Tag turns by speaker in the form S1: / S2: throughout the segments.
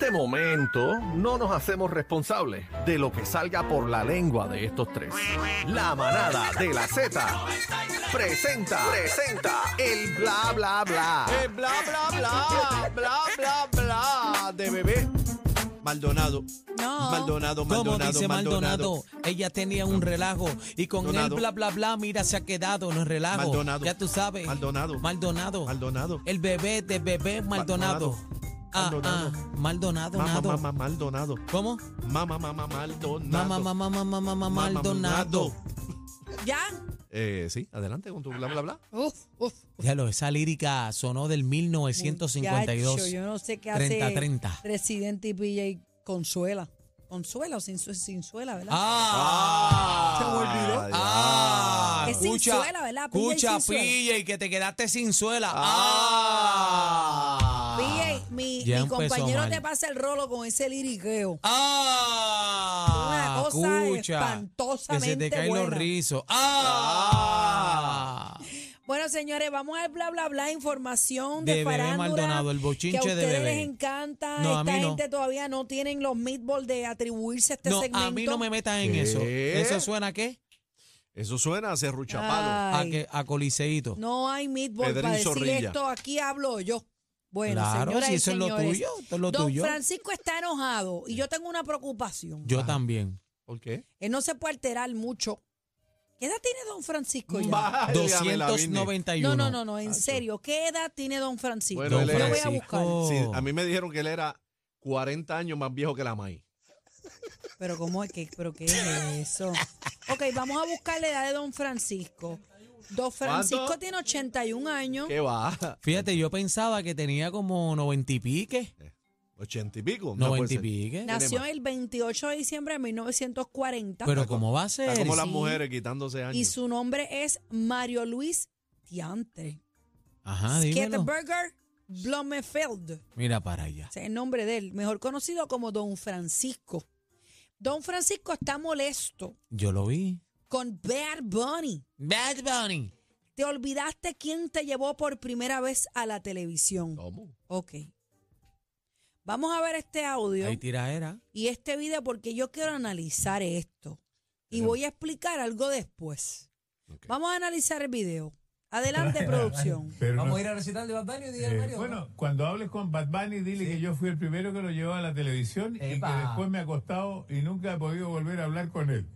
S1: este momento no nos hacemos responsables de lo que salga por la lengua de estos tres. La manada de la Z presenta, presenta el bla bla bla.
S2: Eh, bla, bla, bla, bla, bla, bla, de bebé. Maldonado.
S3: No.
S2: Maldonado,
S4: Como
S2: Maldonado,
S4: dice Maldonado,
S2: Maldonado.
S4: ella tenía un relajo y con
S2: Maldonado.
S4: el bla bla bla, mira, se ha quedado, no es relajo.
S2: Maldonado.
S4: Ya tú sabes.
S2: Maldonado.
S4: Maldonado.
S2: Maldonado.
S4: El bebé de bebé Maldonado. Ah,
S2: Maldonado.
S4: ah, Maldonado.
S2: Mamá,
S4: nado.
S2: mamá, Maldonado.
S4: ¿Cómo?
S2: Mamá, mamá, Maldonado.
S4: Mamá, mamá, mamá, mamá,
S2: Mamá,
S4: Maldonado.
S3: ¿Ya?
S2: Eh, sí, adelante con tu bla, bla, bla.
S3: Uf, uf.
S4: Diablo, esa lírica sonó del 1952.
S3: Muchacho, yo no sé qué
S4: 30,
S3: hace
S4: 30.
S3: Residente y PJ Consuela. Consuela o sin, Suela, ¿verdad?
S4: Ah,
S3: Se me olvidó.
S4: ah,
S3: Es sin
S4: escucha,
S3: suela, ¿verdad? Pilla y
S4: escucha,
S3: sin suela.
S4: pilla y que te quedaste sin suela.
S2: Ah.
S3: PJ, mi,
S4: Ya
S3: mi
S4: empezó
S3: compañero
S4: mal.
S3: te pasa el rolo con ese liriqueo.
S4: ¡Ah!
S3: Una
S4: escucha, Que
S3: cosa
S4: se te
S3: espantosamente
S4: caen los
S3: buena.
S4: rizos. ¡Ah!
S3: Bueno, señores, vamos al bla, bla, bla, información
S4: De
S3: de,
S4: Bebé
S3: farándula.
S4: Maldonado, el bochinche
S3: que a
S4: de
S3: ustedes
S4: Bebé.
S3: les encanta.
S4: No, a
S3: Esta
S4: mí no.
S3: gente todavía no tienen los meatballs de atribuirse este
S4: no,
S3: segmento.
S4: a mí no me metas en
S2: ¿Qué?
S4: eso. ¿Eso suena a qué?
S2: Eso suena a serruchapalo.
S4: A,
S3: Ay.
S4: que, a coliseíto.
S3: No hay meatball
S2: Pedrín
S3: para decir
S2: Zorrilla.
S3: esto, aquí hablo yo. Bueno,
S4: Claro,
S3: señoras
S4: si
S3: y
S4: eso es lo
S3: señores,
S4: tuyo, esto es lo
S3: Don
S4: tuyo.
S3: Francisco está enojado y yo tengo una preocupación.
S4: Yo también.
S2: ¿Por qué?
S3: Él no se puede alterar mucho. ¿Qué edad tiene Don Francisco ya?
S2: Válgame la Virgen.
S4: 291.
S3: No, no, no, no, en serio, ¿qué edad tiene Don Francisco?
S2: Bueno,
S4: Don
S2: él
S3: yo voy a
S2: es-
S3: buscar.
S4: Francisco.
S2: Sí, a mí me dijeron que él era 40 años más viejo que la May.
S3: Pero cómo es que, pero qué es eso. Ok, vamos a buscar la edad de Don Francisco. Don Francisco
S2: ¿Cuánto?
S3: tiene 81 años.
S2: ¿Qué va?
S4: Fíjate, yo pensaba que tenía como 90 y pique.
S2: 80 y pico. Eh, no puede
S4: 90 y
S2: ser.
S4: pique.
S3: Nació
S2: más.
S3: el 28 de diciembre de 1940.
S4: Pero ¿cómo va a ser?
S2: Está como las
S3: Sí.
S2: mujeres quitándose años.
S3: Y su nombre es Mario Luis Tiantre.
S4: Ajá, Ah, dímelo.
S3: Skeeterberger Blomefeld.
S4: Mira para allá.
S3: Ese es el nombre de él, mejor conocido como Don Francisco. Don Francisco está molesto
S4: Yo lo vi.
S3: con Bad Bunny.
S4: Bad Bunny.
S3: Te olvidaste quién te llevó por primera vez a la televisión.
S2: ¿Cómo?
S3: Ok. Vamos a ver este audio
S4: Ahí tiraera.
S3: y este video porque yo quiero analizar esto. Y voy a explicar algo después.
S2: Ok.
S3: Vamos a analizar el video. Adelante, producción.
S5: Pero no-
S6: a ir a recitar de Bad Bunny y
S5: eh, bueno, cuando hables con Bad Bunny, dile que yo fui el primero que lo llevó a la televisión y que
S6: Epa.
S5: después me ha costado y nunca he podido volver a hablar con él.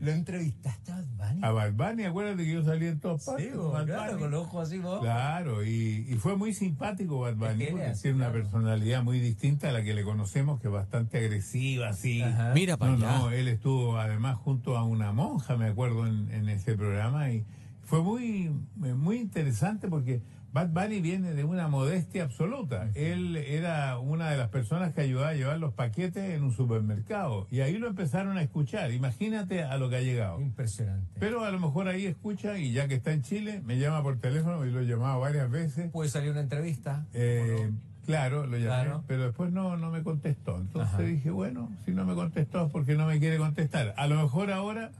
S6: ¿Lo entrevistaste a Bad Bunny?
S5: A Bad Bunny, acuérdate que yo salí en todas partes.
S6: Sí, vos,
S5: Ah, Bad
S6: claro,
S5: Bunny.
S6: con los ojos así vos.
S5: Claro, y, y fue muy simpático Bad Bunny,
S6: Es que
S5: porque
S6: era,
S5: tiene una
S6: claro.
S5: personalidad muy distinta a la que le conocemos, que es bastante agresiva, así.
S6: Ajá.
S4: Mira para
S5: No,
S4: allá.
S5: no, él estuvo además junto a una monja, me acuerdo, en, en ese programa y fue muy, eh, muy interesante porque Bad Bunny viene de una modestia absoluta. Él era una de las personas que ayudaba a llevar los paquetes en un supermercado y ahí lo empezaron a escuchar. Imagínate a lo que ha llegado.
S6: Impresionante.
S5: Pero a lo mejor ahí escucha y ya que está en Chile, me llama por teléfono y lo he llamado varias veces.
S6: Puede salir una entrevista.
S5: Eh,
S6: ¿cómo
S5: claro, lo llamé,
S6: Claro.
S5: pero después no, no me contestó. Entonces
S6: Ajá.
S5: dije, bueno, si no me contestó es porque no me quiere contestar. A lo mejor ahora,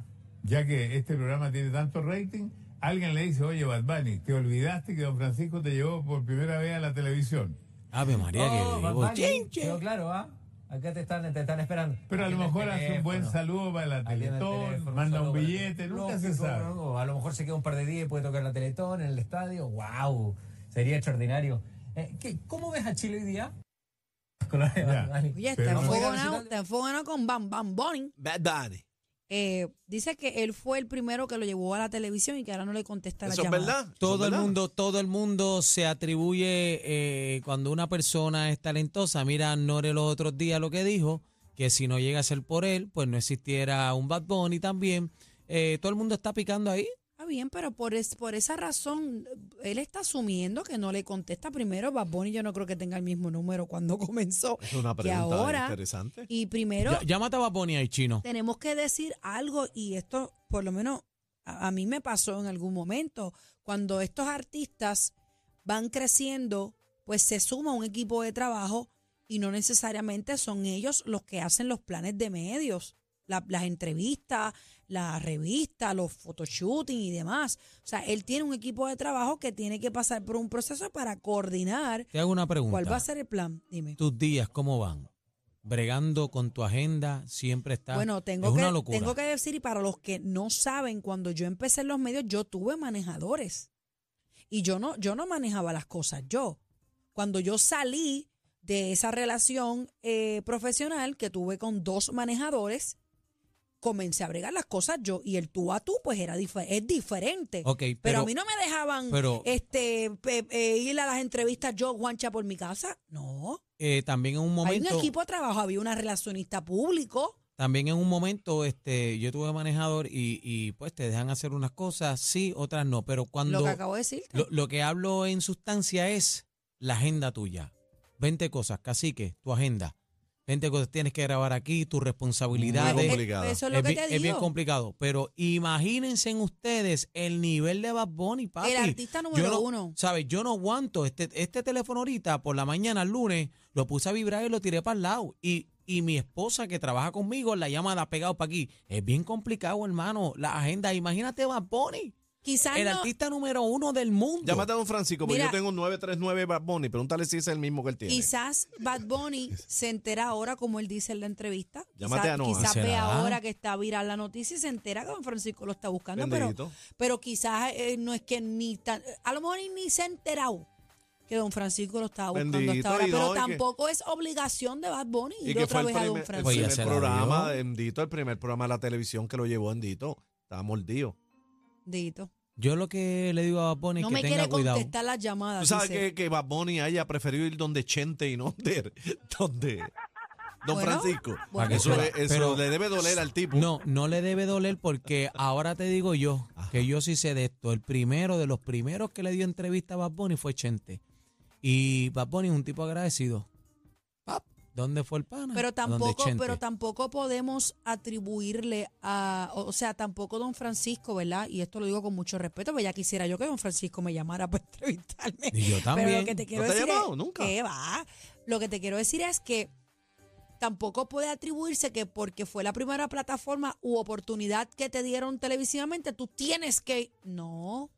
S5: ya que este programa tiene tanto rating, alguien le dice, oye, Bad Bunny, te olvidaste que Don Francisco te llevó por primera vez a la televisión.
S4: Ave María,
S6: no? Oh,
S4: que
S6: Bad
S4: vivo.
S6: Bunny.
S4: Chinche.
S6: Quedó claro, ¿ah? Acá te están, te están esperando.
S5: Pero a
S6: Aquí
S5: lo
S6: en el
S5: mejor hace un
S6: teléfono,
S5: buen saludo para la
S6: aquí en el
S5: Teletón,
S6: teléfono,
S5: manda
S6: solo
S5: un
S6: para el
S5: billete,
S6: teléfono.
S5: nunca se
S6: Lógico,
S5: sabe.
S6: ¿no? O a lo mejor se queda un par de días y puede tocar la Teletón en el estadio. ¡Wow! Sería extraordinario. Eh, ¿qué- ¿Cómo ves a Chile hoy día? Con la de
S5: Ya.
S6: Bad Bunny.
S3: Oye, está
S5: Pero-
S3: enfogonado, está enfogonado con Bam Bam Bunny.
S2: Bad Bunny.
S3: Eh, dice que él fue el primero que lo llevó a la televisión y que ahora no le contesta la
S2: ¿Eso es
S3: llamada.
S2: verdad? ¿Eso es
S4: Todo el
S2: verdad?
S4: mundo, todo el mundo se atribuye eh, cuando una persona es talentosa. Mira, Nore los otros días lo que dijo, que si no llega a ser por él, pues no existiera un Bad Bunny también. Eh, todo el mundo está picando ahí.
S3: Está Ah, bien, pero por, es- por esa razón, él está asumiendo que no le contesta primero. Bad Bunny yo no creo que tenga el mismo número cuando comenzó.
S2: Es una
S3: que
S2: pregunta
S3: ahora.
S2: interesante.
S3: Y primero
S4: Ya- Llámate a Bad Bunny ahí, chino.
S3: tenemos que decir algo y esto por lo menos a, a mí me pasó en algún momento. Cuando estos artistas van creciendo, pues se suma un equipo de trabajo y no necesariamente son ellos los que hacen los planes de medios. la- las entrevistas, las revistas, los photoshootings y demás. O sea, él tiene un equipo de trabajo que tiene que pasar por un proceso para coordinar
S4: Te hago una pregunta.
S3: cuál va a ser el plan. Dime.
S4: ¿Tus días cómo van? Bregando con tu agenda, siempre está.
S3: Bueno,
S4: es
S3: tengo
S4: una
S3: que,
S4: locura.
S3: tengo que decir, y para los que no saben, cuando yo empecé en los medios, yo tuve manejadores. Y yo no, yo no manejaba las cosas yo. Cuando yo salí de esa relación eh, profesional que tuve con dos manejadores, comencé a bregar las cosas yo. Y el tú a tú, pues era dife- es diferente.
S4: Ok, pero,
S3: Pero, a mí no me dejaban
S4: pero-
S3: este pe- eh, ir a las entrevistas yo, guancha, por mi casa. No.
S4: eh, también en un
S3: Hay
S4: momento,
S3: un equipo de trabajo, había una relacionista público.
S4: también en un momento, este, yo tuve manejador y, y, pues te dejan hacer unas cosas, sí, otras no. Pero cuando
S3: lo que acabo de decir.
S4: Lo, lo que hablo en sustancia es la agenda tuya. 20 cosas, cacique, tu agenda. 20 cosas tienes que grabar aquí, tus
S1: Muy
S4: responsabilidades.
S1: complicado.
S4: Es,
S1: complicada.
S3: Eso es lo que
S4: bien,
S3: te digo.
S4: es bien complicado. Pero imagínense en ustedes el nivel de Bad Bunny, papi.
S3: El artista número
S4: yo no,
S3: uno.
S4: ¿Sabes? Yo no aguanto. Este, este teléfono ahorita, por la mañana, el lunes, lo puse a vibrar y lo tiré para el lado. Y, y mi esposa que trabaja conmigo, la llamada pegado para aquí. Es bien complicado, hermano, la agenda. Imagínate Bad Bunny,
S3: Quizás
S4: el
S3: no.
S4: artista número uno del mundo.
S2: Llámate a don Francisco, porque
S3: Mira.
S2: yo tengo un 939 Bad Bunny. Pregúntale si es el mismo que él tiene.
S3: Quizás Bad Bunny se entera ahora, como él dice en la entrevista.
S2: Llámate
S3: quizás
S2: a Noah.
S3: quizás ve
S4: ¿Será?
S3: ahora que está viral la noticia y se entera que Don Francisco lo está buscando. Pero,
S2: Bendito.
S3: pero quizás eh, no es que ni tan. A lo mejor ni se ha enterado que Don Francisco lo estaba buscando
S2: Bendito,
S3: hasta ahora.
S2: y
S3: Pero
S2: no, y que-
S3: tampoco es obligación de Bad Bunny
S2: y
S3: ir
S2: que fue
S3: otra
S2: el
S3: vez a Don
S2: primer, el
S3: Francisco.
S4: Pues ya
S2: primer
S4: se la
S2: programa,
S4: dio.
S2: bendito, el primer programa de la televisión que lo llevó bendito. Estaba mordido.
S3: Bendito.
S4: Yo lo que le digo a Bad Bunny es
S3: No
S4: que
S3: me
S4: tenga
S3: quiere
S4: cuidado.
S3: contestar las llamadas.
S2: Tú sabes
S3: dice.
S2: que, que Bad Bunny haya preferido ir donde Chente y no donde, donde Don
S3: Bueno,
S2: Francisco.
S3: bueno.
S2: Eso,
S4: Pero-
S2: es- eso
S4: pero-
S2: le debe doler al tipo.
S4: No, no le debe doler porque ahora te digo yo que yo sí sé de esto. El primero de los primeros que le dio entrevista a Bad Bunny fue Chente. Y Bad Bunny es un tipo agradecido. Pap, ¿Dónde fue el pana?
S3: Pero
S4: Donde
S3: tampoco,
S4: Chente.
S3: pero tampoco podemos atribuirle a, o o sea, tampoco don Francisco, ¿verdad? Y esto lo digo con mucho respeto, porque ya quisiera yo que don Francisco me llamara para entrevistarme.
S4: Y yo
S3: Pero
S4: también.
S3: lo que te quiero
S2: te ha
S3: decir
S2: llamado
S3: es,
S2: nunca?
S3: ¿qué va? Lo que te quiero decir es que tampoco puede atribuirse que porque fue la primera plataforma u oportunidad que te dieron televisivamente, tú tienes que. No.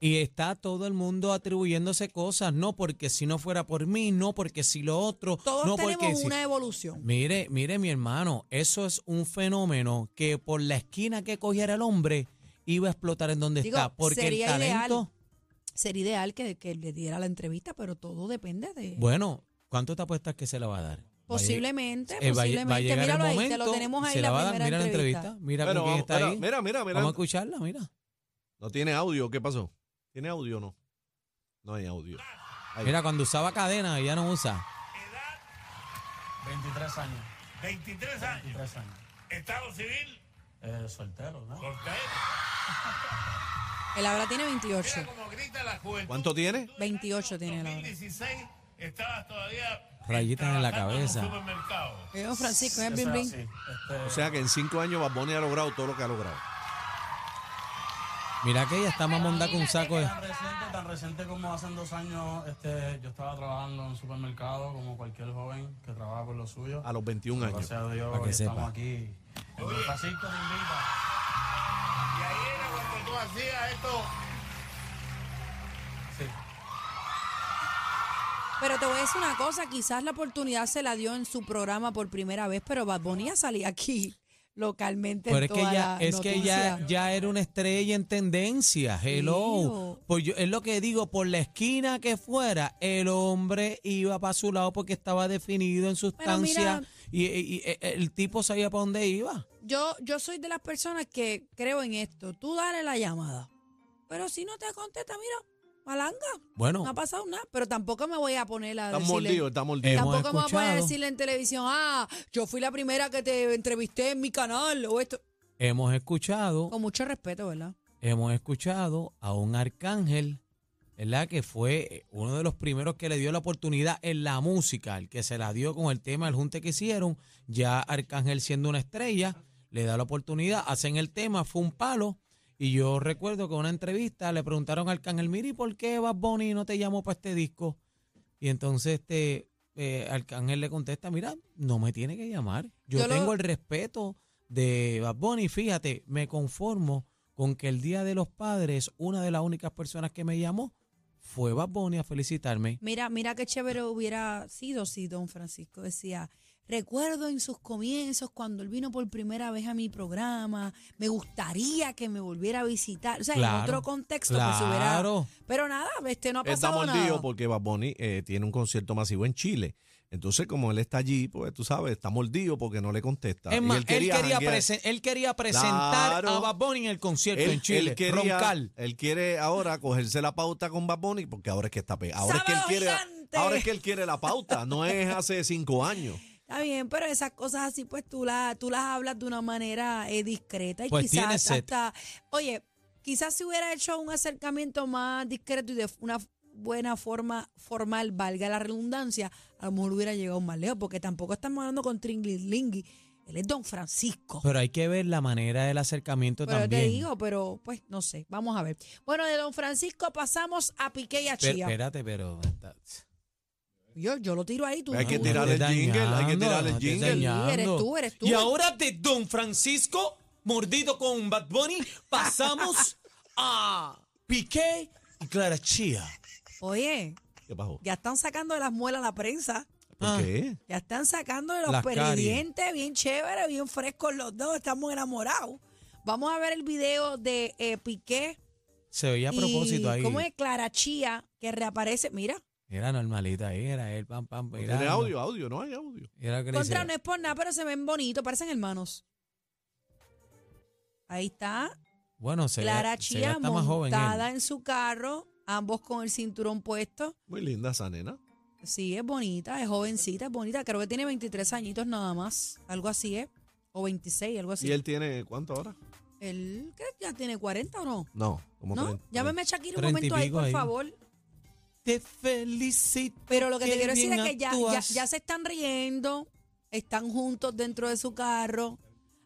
S4: Y está todo el mundo atribuyéndose cosas. No porque si no fuera por mí, no porque si lo otro,
S3: Todos
S4: no porque
S3: tenemos
S4: si-
S3: una evolución.
S4: Mire, mire, mi hermano, eso es un fenómeno que por la esquina que cogiera el hombre iba a explotar en donde
S3: Digo,
S4: está. Porque
S3: sería
S4: el talento.
S3: Sería ideal que, que le diera la entrevista, pero todo depende de.
S4: Bueno, ¿cuánto te apuestas que se la va a dar? Va a lleg-
S3: Posiblemente,
S4: eh, va a lleg-
S3: posiblemente.
S4: va a llegar el
S3: Míralo ahí,
S4: momento.
S3: te lo tenemos ahí
S4: se
S3: la,
S4: va a dar.
S3: primera
S4: Mira
S3: entrevista.
S4: la entrevista. Mira
S2: Pero
S4: con quién
S2: vamos-
S4: está
S2: mira,
S4: ahí.
S2: mira, mira, mira.
S4: Vamos a escucharla, mira.
S2: No tiene audio, ¿qué pasó? ¿Tiene audio o no? No hay audio. Ahí.
S4: Mira, cuando usaba cadena, ya no usa.
S7: 23 años.
S8: 23 años.
S7: 23 años.
S8: Estado civil,
S7: Eh, soltero, ¿no?
S8: corta él.
S3: El ahora tiene 28.
S8: Mira cómo grita la juventud.
S2: ¿Cuánto tiene?
S3: 28 tiene el ahora.
S8: 2016 estabas todavía.
S4: Rayitas en la
S8: trabajando
S4: cabeza.
S8: En un supermercado.
S3: Eh, don Francisco,
S7: Eso
S3: ¿eh,
S7: es
S3: Blim Blim?
S7: así. Este,
S2: O sea que en cinco años Bad Bunny ha logrado todo lo que ha logrado.
S4: Mira que ella está más monda que un saco de.
S7: tan reciente, tan reciente como hace dos años, este, yo estaba trabajando en un supermercado como cualquier joven que trabaja por lo suyo.
S2: A los 21 años.
S7: Gracias a Dios,
S4: Para que
S7: hoy estamos
S4: sepa.
S7: aquí. El Francisco te invita.
S8: Y ahí era cuando tú hacías esto.
S7: Sí.
S3: Pero te voy a decir una cosa, quizás la oportunidad se la dio en su programa por primera vez, pero Bad Bunny ya salía aquí localmente
S4: Pero
S3: en
S4: es que
S3: toda
S4: ya,
S3: la
S4: es que ya,
S3: noticia.
S4: ya era una estrella en tendencia. Hello.
S3: Digo.
S4: Pues yo- es lo que digo, por la esquina que fuera, el hombre iba para su lado porque estaba definido en sustancia.
S3: mira-
S4: y, y- y el tipo sabía para dónde iba.
S3: Yo, yo soy de las personas que creo en esto. Tú dale la llamada. Pero si no te contesta, mira, malanga,
S4: Bueno,
S3: no ha pasado nada. Pero tampoco me voy a poner a
S2: Está
S3: decirle-
S2: mordido, está mordido.
S4: Hemos
S3: Tampoco me voy a
S4: escuchado.
S3: decirle en televisión, ah, yo fui la primera que te entrevisté en mi canal o esto.
S4: hemos escuchado
S3: Con mucho respeto, ¿verdad?
S4: hemos escuchado a un arcángel, ¿verdad? Que fue uno de los primeros que le dio la oportunidad en la música, el que se la dio con el tema del junte que hicieron. Ya Arcángel siendo una estrella, le da la oportunidad, hacen el tema, fue un palo. Y yo recuerdo que en una entrevista le preguntaron a Arcángel, Miri, ¿por qué Bad Bunny no te llamó para este disco? Y entonces este eh, Arcángel le contesta, mira, no me tiene que llamar. Yo,
S3: Yo lo-
S4: tengo el respeto de Bad Bunny. Fíjate, me conformo con que el Día de los Padres, una de las únicas personas que me llamó fue Bad Bunny a felicitarme.
S3: Mira, mira qué chévere hubiera sido si don Francisco decía, recuerdo en sus comienzos cuando él vino por primera vez a mi programa, me gustaría que me volviera a visitar. O sea, en
S4: Claro,
S3: otro contexto pues, se hubiera-
S4: claro.
S3: Pero nada, este no ha
S2: Está
S3: pasado nada.
S2: mordido porque Bad Bunny eh, tiene un concierto masivo en Chile. Entonces, como él está allí, pues tú sabes, está mordido porque no le contesta.
S4: Es
S2: Y
S4: más, él quería,
S2: janguear.
S4: presen- él quería presentar
S2: Claro.
S4: a Bad Bunny en el concierto en Chile,
S2: quería-
S4: Roncal.
S2: él quiere ahora cogerse la pauta con Bad Bunny porque ahora es que está pegado. Ahora, es que él
S3: ¡Sábado
S2: quiere-
S3: gigante!
S2: ahora es que él quiere la pauta, no es hace cinco años.
S3: Está bien, pero esas cosas así, pues tú, la, tú las hablas de una manera eh, discreta y
S4: Pues tiene
S3: quizás
S4: sed.
S3: hasta. Oye, quizás si hubiera hecho un acercamiento más discreto y de una buena forma formal, valga la redundancia, a lo mejor hubiera llegado más lejos, porque tampoco estamos hablando con Tringlingui. Él es Don Francisco.
S4: Pero hay que ver la manera del acercamiento
S3: Pero
S4: también.
S3: te digo, pero pues no sé, vamos a ver. Bueno, de Don Francisco pasamos a Piqué y a
S4: Pero-
S3: Chía.
S4: espérate, pero está-
S3: Yo, yo lo tiro ahí, tú.
S2: Hay que
S3: no.
S4: No,
S2: tirar
S4: te
S2: el
S4: dañando,
S2: jingle, hay que tirar el
S4: te
S2: jingle.
S4: dañando.
S3: Sí, eres tú, eres tú.
S4: Y ahora de Don Francisco, mordido con Bad Bunny, pasamos a Piqué y Clara Chía.
S3: Oye,
S2: ¿Qué pasó?
S3: ya están sacando de las muelas la prensa.
S2: ¿Por
S4: Ah.
S2: qué?
S3: Ya están sacando de los
S4: Las caries.
S3: perdientes, bien chévere, bien frescos los dos, estamos enamorados. Vamos a ver el video de eh, Piqué
S4: Se veía a propósito ahí.
S3: cómo es Clara Chía que reaparece. Mira,
S4: Era normalita ahí, era él, pam, pam.
S2: No
S4: era-
S2: tiene audio, audio, no hay audio.
S4: era lo que le
S3: contra
S4: hicieron.
S3: no es por nada, pero se ven bonitos, parecen hermanos. Ahí está
S4: Bueno, se veía-
S3: Clara
S4: se veía
S3: Chía
S4: hasta más joven él.
S3: montada en su carro, ambos con el cinturón puesto.
S2: Muy linda esa nena.
S3: Sí, es bonita, es jovencita, es bonita. Creo que tiene 23 añitos nada más, algo así es. O 26, algo así.
S2: ¿Y él tiene cuánto ahora?
S3: Él creo que ya tiene 40 o no.
S2: No, como
S3: ¿No?
S2: 30.
S3: Llámeme a Shakira un
S4: 30 y
S3: momento ahí,
S4: pico
S3: por
S4: ahí.
S3: favor.
S4: Te felicito.
S3: Pero lo que te quiero decir es
S4: bien
S3: que ya, ya,
S4: actúas.
S3: ya se están riendo, están juntos dentro de su carro.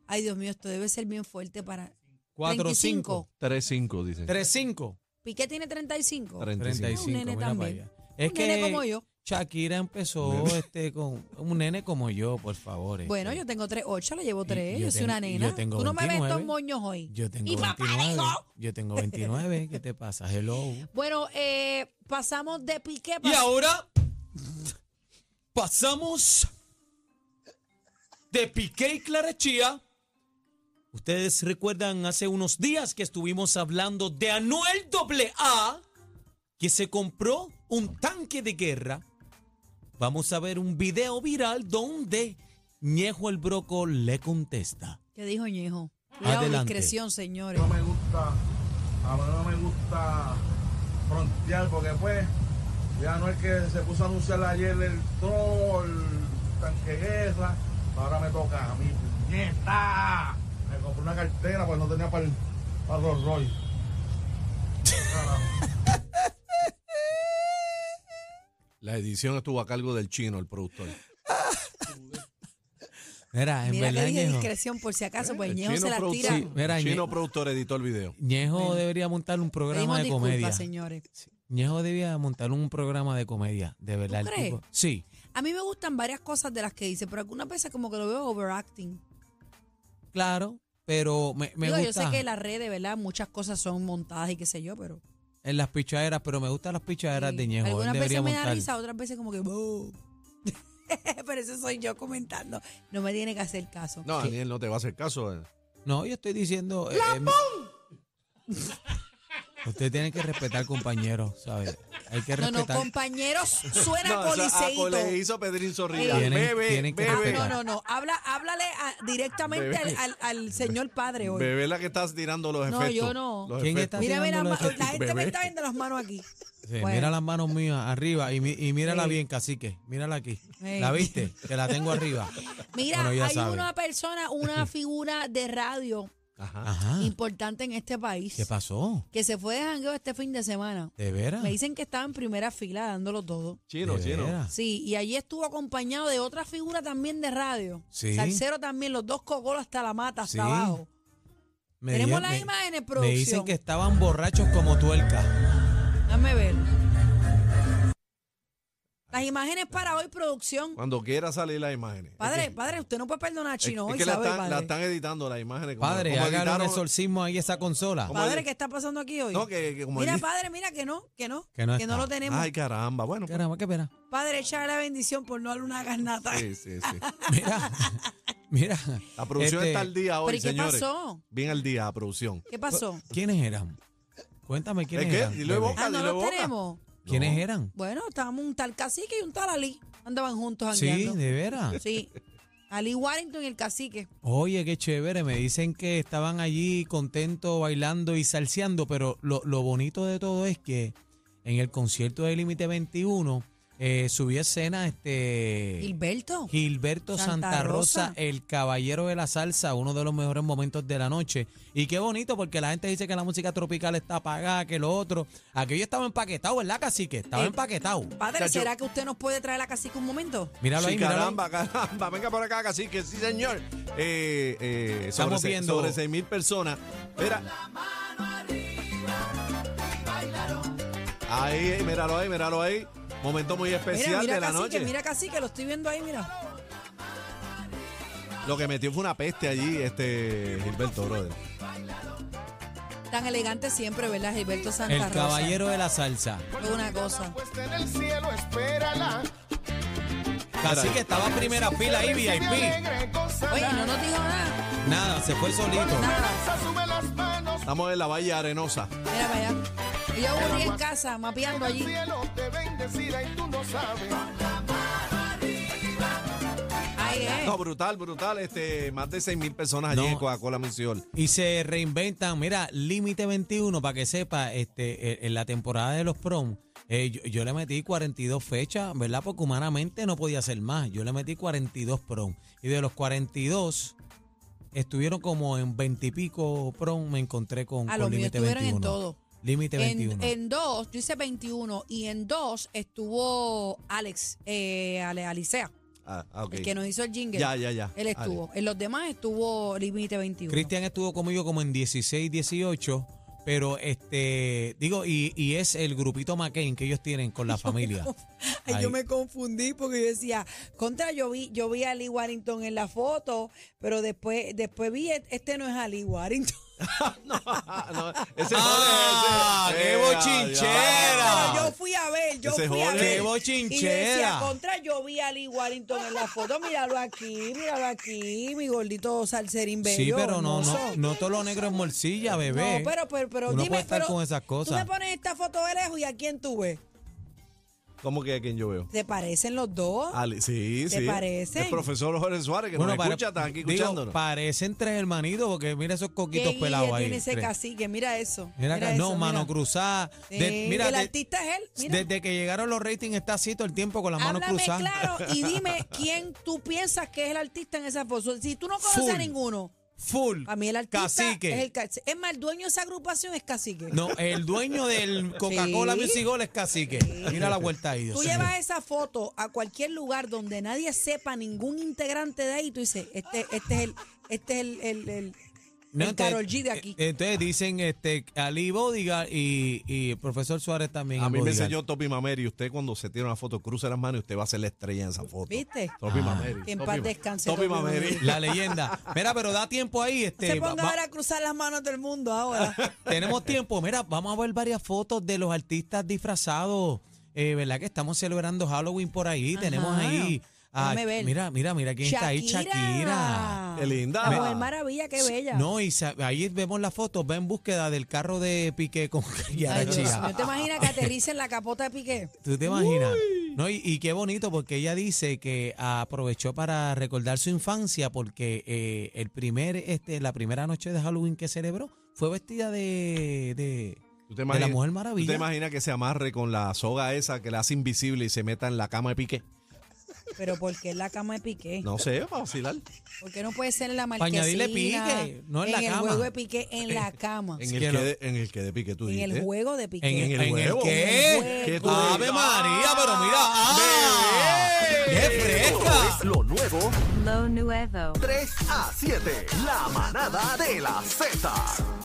S3: Ay, Dios mío, esto debe ser bien fuerte para...
S4: 4 5
S2: 3-5, dice.
S4: 3 5
S3: Piqué tiene 35.
S2: 35.
S4: 35
S3: Un nene
S4: mira para
S3: también.
S4: allá. Es
S3: Un
S4: que
S3: nene como yo.
S4: Shakira empezó este con un nene como yo, por favor. este.
S3: Bueno, yo tengo 3-8, le llevo
S4: Y-
S3: 3,
S4: yo
S3: yo, soy
S4: tengo-
S3: una
S4: y yo
S3: nena.
S4: tengo
S3: Tú no me ves
S4: 29.
S3: estos moños hoy.
S4: Yo tengo
S3: Y papá
S4: 29.
S3: dijo.
S4: Yo tengo 29. ¿Qué te pasa? Hello.
S3: Bueno, eh, pasamos de Piqué...
S4: Y
S3: pas-
S4: ahora pasamos de Piqué y Clara Chía. Ustedes recuerdan hace unos días que estuvimos hablando de Anuel AA, que se compró un tanque de guerra. Vamos a ver un video viral donde Ñejo el Broco le contesta.
S3: ¿Qué dijo Ñejo? Cuidado,
S4: Adelante.
S3: discreción, señores.
S8: No me gusta, a mí no me gusta frontear porque pues ya no es que se puso a anunciar ayer el todo el tanque de guerra, ahora me toca a mi puñeta. Me compré una cartera porque no tenía para el para Rolls Royce.
S2: La edición estuvo a cargo del chino, el productor.
S4: Mira, en
S3: Mira que
S4: verdad,
S3: dije
S4: Ñejo,
S3: discreción por si acaso, pues
S2: El
S3: Ñejo
S2: chino
S3: se la
S2: produ-
S3: tira.
S2: sí,
S4: Mira,
S2: el chino
S4: Ñe-
S2: productor editó el video.
S4: Ñejo debería montar un programa
S3: Pedimos
S4: de
S3: disculpas,
S4: comedia.
S3: señores.
S4: Ñejo debía montar un programa de comedia, de verdad.
S3: ¿Tú
S4: el
S3: crees?
S4: tipo- Sí.
S3: A mí me gustan varias cosas de las que dice, pero algunas veces como que lo veo overacting.
S4: Claro, pero me, me
S3: Digo, yo
S4: gusta
S3: sé que las redes, ¿verdad? Muchas cosas son montadas y qué sé yo, pero...
S4: en las pichaderas, pero me gustan las pichaderas
S3: sí.
S4: de Ñejo. él
S3: Algunas
S4: debería
S3: veces me da
S4: montar.
S3: risa, otras veces como que... "Boo". pero eso soy yo comentando. No me tiene que hacer caso.
S2: No, Daniel, no te va a hacer caso. eh.
S4: No, yo estoy diciendo. eh, eh, usted tiene que respetar, compañero, ¿sabes? Hay que
S3: no, no,
S4: respetar.
S3: compañeros, suena
S2: No, ah, eso a
S3: coliseíto.
S2: Coleíto Pedrín Zorrilla.
S4: Tienen-
S2: bebe,
S4: tienen que
S3: Ah,
S2: bebe.
S4: respetar.
S3: no, no, no. Habla, háblale a- directamente al,
S2: Bebé.
S3: al- al señor padre hoy.
S2: Bebé la que estás tirando los
S3: No,
S2: efectos.
S3: yo no.
S2: Los
S4: ¿Quién
S2: efectos.
S4: está-
S3: Mira, mira,
S4: tirando
S3: ma-
S4: los
S3: la gente me
S2: bebés.
S3: está viendo las manos aquí.
S4: Sí,
S3: Bueno.
S4: Mira las manos mías arriba y, mi- y mírala
S3: pues. Sí.
S4: bien, cacique. Mírala aquí.
S3: Ey.
S4: ¿La viste? Que la tengo arriba.
S3: Mira,
S4: Bueno, ya
S3: hay
S4: sabe.
S3: una persona, una figura de radio
S2: Ah.
S4: Ajá.
S3: importante en este país
S4: ¿Qué pasó?
S3: que se fue de jangueo este fin de semana.
S4: ¿De
S2: Ah.
S4: veras?
S3: Me dicen que estaba en primera fila dándolo todo.
S2: Chino,
S4: ¿De
S2: chino.
S4: veras?
S3: Sí, y allí estuvo acompañado de otra figura también de radio.
S4: Sí.
S3: Salsero también, los dos cogolos hasta la mata, hasta
S4: Sí.
S3: abajo.
S4: Me
S3: Tenemos
S4: dijeron-
S3: las
S4: me-
S3: imágenes,
S4: Me
S3: producción.
S4: dicen que estaban borrachos como tuerca.
S3: Dame ver. Las imágenes para hoy, producción.
S2: Cuando quiera salir las imágenes.
S3: Padre, padre, usted no puede perdonar a
S2: es que,
S3: Chino
S2: es
S3: hoy,
S2: que la,
S3: ¿sabe,
S2: están, la
S3: padre?
S2: están editando las imágenes. como-
S4: Padre,
S2: como
S4: hágale un
S2: editaron-
S4: exorcismo ahí a esa consola.
S2: ¿Cómo
S3: Padre,
S2: edi-
S3: ¿qué está pasando aquí hoy?
S2: No, que, que como
S3: mira,
S2: edit-
S3: padre, mira que no, que no, que
S4: Que
S3: no,
S4: no
S3: lo
S4: está.
S3: tenemos.
S2: Ay, caramba. Bueno, pues,
S4: Caramba, qué pena.
S3: Padre, echa la bendición por no darle una garnata.
S2: sí, sí, sí.
S4: Mira, mira.
S2: La producción
S4: Este,
S2: está al día hoy,
S3: ¿Pero y qué
S2: señores.
S3: pasó?
S2: Bien al día la producción.
S3: ¿Qué pasó?
S4: ¿Quiénes eran? Cuéntame quiénes
S2: ¿Es qué?
S4: eran.
S2: Dilo de
S4: bebé.
S2: boca.
S3: Ah, no
S2: dile
S3: lo
S2: boca.
S3: tenemos.
S4: ¿Quiénes
S2: No.
S4: eran?
S3: Bueno, estábamos un tal cacique y un tal Ali. Andaban juntos
S4: Sí,
S3: jangueando.
S4: de veras.
S3: Sí. Ali Warrington y el cacique.
S4: Oye, qué chévere. Me dicen que estaban allí contentos, bailando y salseando, pero lo, lo bonito de todo es que en el concierto de Límite 21 eh, subió a escena este
S3: Gilberto.
S4: Gilberto
S3: Santa
S4: Santa, Rosa,
S3: Rosa.
S4: el caballero de la salsa, uno de los mejores momentos de la noche. Y qué bonito, porque la gente dice que la música tropical está apagada, que lo otro. Aquello estaba empaquetado, ¿verdad, cacique? Estaba
S3: Eh,
S4: empaquetado.
S3: Padre,
S2: Chacho.
S3: ¿será que usted nos puede traer a cacique un momento?
S4: Míralo
S2: Sí,
S4: ahí, míralo ahí.
S2: caramba, caramba. Venga por acá, casi que sí, señor. Eh, eh,
S4: Estamos
S2: sobre, se-
S4: viendo.
S2: Sobre 6 mil personas. Mira. Ahí, eh, míralo ahí, míralo ahí. Momento muy
S3: Mira,
S2: especial
S3: mira
S2: de la
S3: cacique,
S2: noche.
S3: mira cacique, lo estoy viendo ahí, mira.
S2: Lo que metió fue una peste allí, este Gilberto, brother.
S3: Tan elegante siempre, ¿verdad? Gilberto Santa
S4: El
S3: Rosa.
S4: caballero de la salsa.
S3: Fue una cosa.
S9: Puesta en el cielo, espérala.
S4: Así que estaba en primera fila ahí, VIP.
S9: Alegre, gózala.
S3: Oye, no nos dijo nada.
S4: Nada, se fue solito.
S3: Nada.
S9: Sube las manos,
S2: Estamos en la Valle Arenosa.
S3: Mira para allá. Y yo aburrí en casa, mapeando allí.
S9: cielo te bendecirá y tú no sabes.
S3: Ahí es.
S2: No, brutal, brutal. Este, más de 6 mil personas allí
S4: No.
S2: en Coca-Cola Menciol.
S4: Y se reinventan. Mira, Límite 21, para que sepa, este, eh, en la temporada de los prom, eh, yo, yo le metí 42 fechas, ¿verdad? Porque humanamente no podía hacer más. Yo le metí 42 prom. Y de los 42, estuvieron como en 20 y pico prom, me encontré con,
S3: A
S4: con
S3: lo mío
S4: Límite
S3: Ah, estuvieron
S4: 21.
S3: en todo.
S2: Este
S4: Límite
S3: En,
S4: 21.
S3: en dos, yo hice 21 y en dos estuvo Alex, eh, Ale- Alicea,
S2: Ah, ah, ok.
S3: el que nos hizo el jingle.
S2: Ya, ya, ya.
S3: Él estuvo. En los demás estuvo Límite 21.
S4: Cristian estuvo conmigo como en 16, 18, pero este, digo, y, y es el grupito McCain que ellos tienen con la familia.
S3: Ay,
S4: Ahí.
S3: yo me confundí porque yo decía, contra, yo vi, yo vi a Ali Warrington en la foto, pero después, después vi, et- este no es Ali Warrington.
S2: Ah, no, ese
S4: Ah,
S2: joder, ese-
S4: qué
S2: Eh,
S4: bochinchera.
S2: ya,
S3: Pero
S2: ya.
S3: yo fui a ver, yo
S2: Ese
S3: fui a
S2: joven.
S3: ver.
S2: Qué
S3: Y yo decía,
S4: bochinchera.
S3: contra, yo vi a Ali Warrington en la foto, míralo aquí, míralo aquí, mi gordito salserín bello.
S4: Sí, pero no,
S3: hermoso.
S4: no, no todo lo negro es morcilla, bebé.
S3: No, pero, pero, pero
S4: Uno
S3: dime,
S4: puede estar
S3: pero
S4: con esas
S3: Tú me
S4: cosas.
S3: pones esta foto de lejos y a quién tú ves.
S2: ¿Cómo que a quien yo veo?
S3: ¿Te parecen los dos?
S2: Ale, sí,
S3: ¿Te
S2: sí.
S3: parecen?
S2: El profesor Jorge Suárez, que nos
S4: pare-
S2: escucha, está aquí
S4: digo,
S2: escuchándonos.
S4: parecen tres hermanitos, porque mira esos
S3: ¿Qué
S4: coquitos pelados
S3: guía
S4: ahí.
S3: tiene ese
S4: tres.
S3: cacique? Mira eso.
S4: Mira acá,
S3: eso,
S4: no,
S3: mira.
S4: mano cruzada. De-
S3: Sí,
S4: mira,
S3: el
S4: de-
S3: artista es él. Mira.
S4: desde que llegaron los ratings está así todo el tiempo con las manos
S3: Háblame
S4: cruzadas.
S3: claro y dime quién tú piensas que es el artista en esa foto. Si tú no conoces a
S4: Full.
S3: ninguno,
S4: Full.
S3: para mí el artista
S4: Cacique.
S3: es el cacique. Es más, el dueño de esa agrupación es cacique.
S4: No, el dueño del Coca-Cola
S3: Sí.
S4: Music Hall es cacique. Mira la vuelta ahí. Dios
S3: Tú
S4: mío.
S3: llevas esa foto a cualquier lugar donde nadie sepa ningún integrante de ahí, tú dices, este, este es el, este es el, el, el-
S4: No, este
S3: el
S4: entonces-
S3: Karol G de aquí.
S4: eh, Entonces dicen este Ali Bodigar y, y el profesor Suárez también.
S2: a
S4: es
S2: mí me
S4: bodyguard.
S2: enseñó Topi Mameri. Usted, cuando se tira una foto, cruza las manos y usted va a ser la estrella en esa foto.
S3: ¿Viste?
S2: Topi
S4: Ah.
S2: Mameri.
S3: Que en
S2: Topi
S3: paz
S2: Ma-
S3: descanse,
S2: Topi
S3: Topi
S2: Mameri.
S3: Mameri.
S4: La leyenda. Mira, pero da tiempo ahí.
S3: No
S4: Este,
S3: se
S4: va-
S3: ponga
S4: va-
S3: ahora a cruzar las manos del mundo ahora.
S4: tenemos tiempo. Mira, vamos a ver varias fotos de los artistas disfrazados. Eh, ¿Verdad que estamos celebrando Halloween por ahí?
S3: Ajá.
S4: Tenemos ahí. a-
S3: Déjame ver.
S4: Mira, mira, mira quién está ahí, Shakira.
S2: Qué linda.
S3: La mujer maravilla, qué bella.
S4: No, y sa- ahí vemos las fotos, va en búsqueda del carro de Piqué con Yara
S3: Ay, Dios
S4: Chía.
S3: mío, ¿te imaginas que aterrice en la capota de Piqué?
S4: ¿Tú te imaginas? No, y, y qué bonito porque ella dice que aprovechó para recordar su infancia porque eh, el primer, este, la primera noche de Halloween que celebró fue vestida de, de-
S2: ¿Tú te
S4: de la Mujer Maravilla.
S2: ¿Tú te imaginas que se amarre con la soga esa que la hace invisible y se meta en la cama de pique?
S3: Pero ¿por qué en la cama de Piqué?
S2: No sé, para vacilar.
S3: ¿Por qué no puede ser en la
S4: Para
S3: marquesina?
S4: añadirle pique, no en la
S3: el
S4: cama.
S3: juego de Piqué, en la cama.
S2: En
S4: Sí,
S2: el,
S4: que
S2: que
S4: lo-
S2: de, en el que de pique tú
S3: en
S2: dijiste.
S3: el juego de Piqué.
S4: ¿eh? ¿En,
S2: el
S4: el, en el
S2: huevo.
S4: qué?
S3: ¿Qué
S2: tú
S4: ¡Ave
S2: dices?
S4: María! Pero mira, ¡ah! ¡Qué fresca!
S1: Esto es lo nuevo
S10: Lo Nuevo.
S1: 3 a 7. La manada de la Z.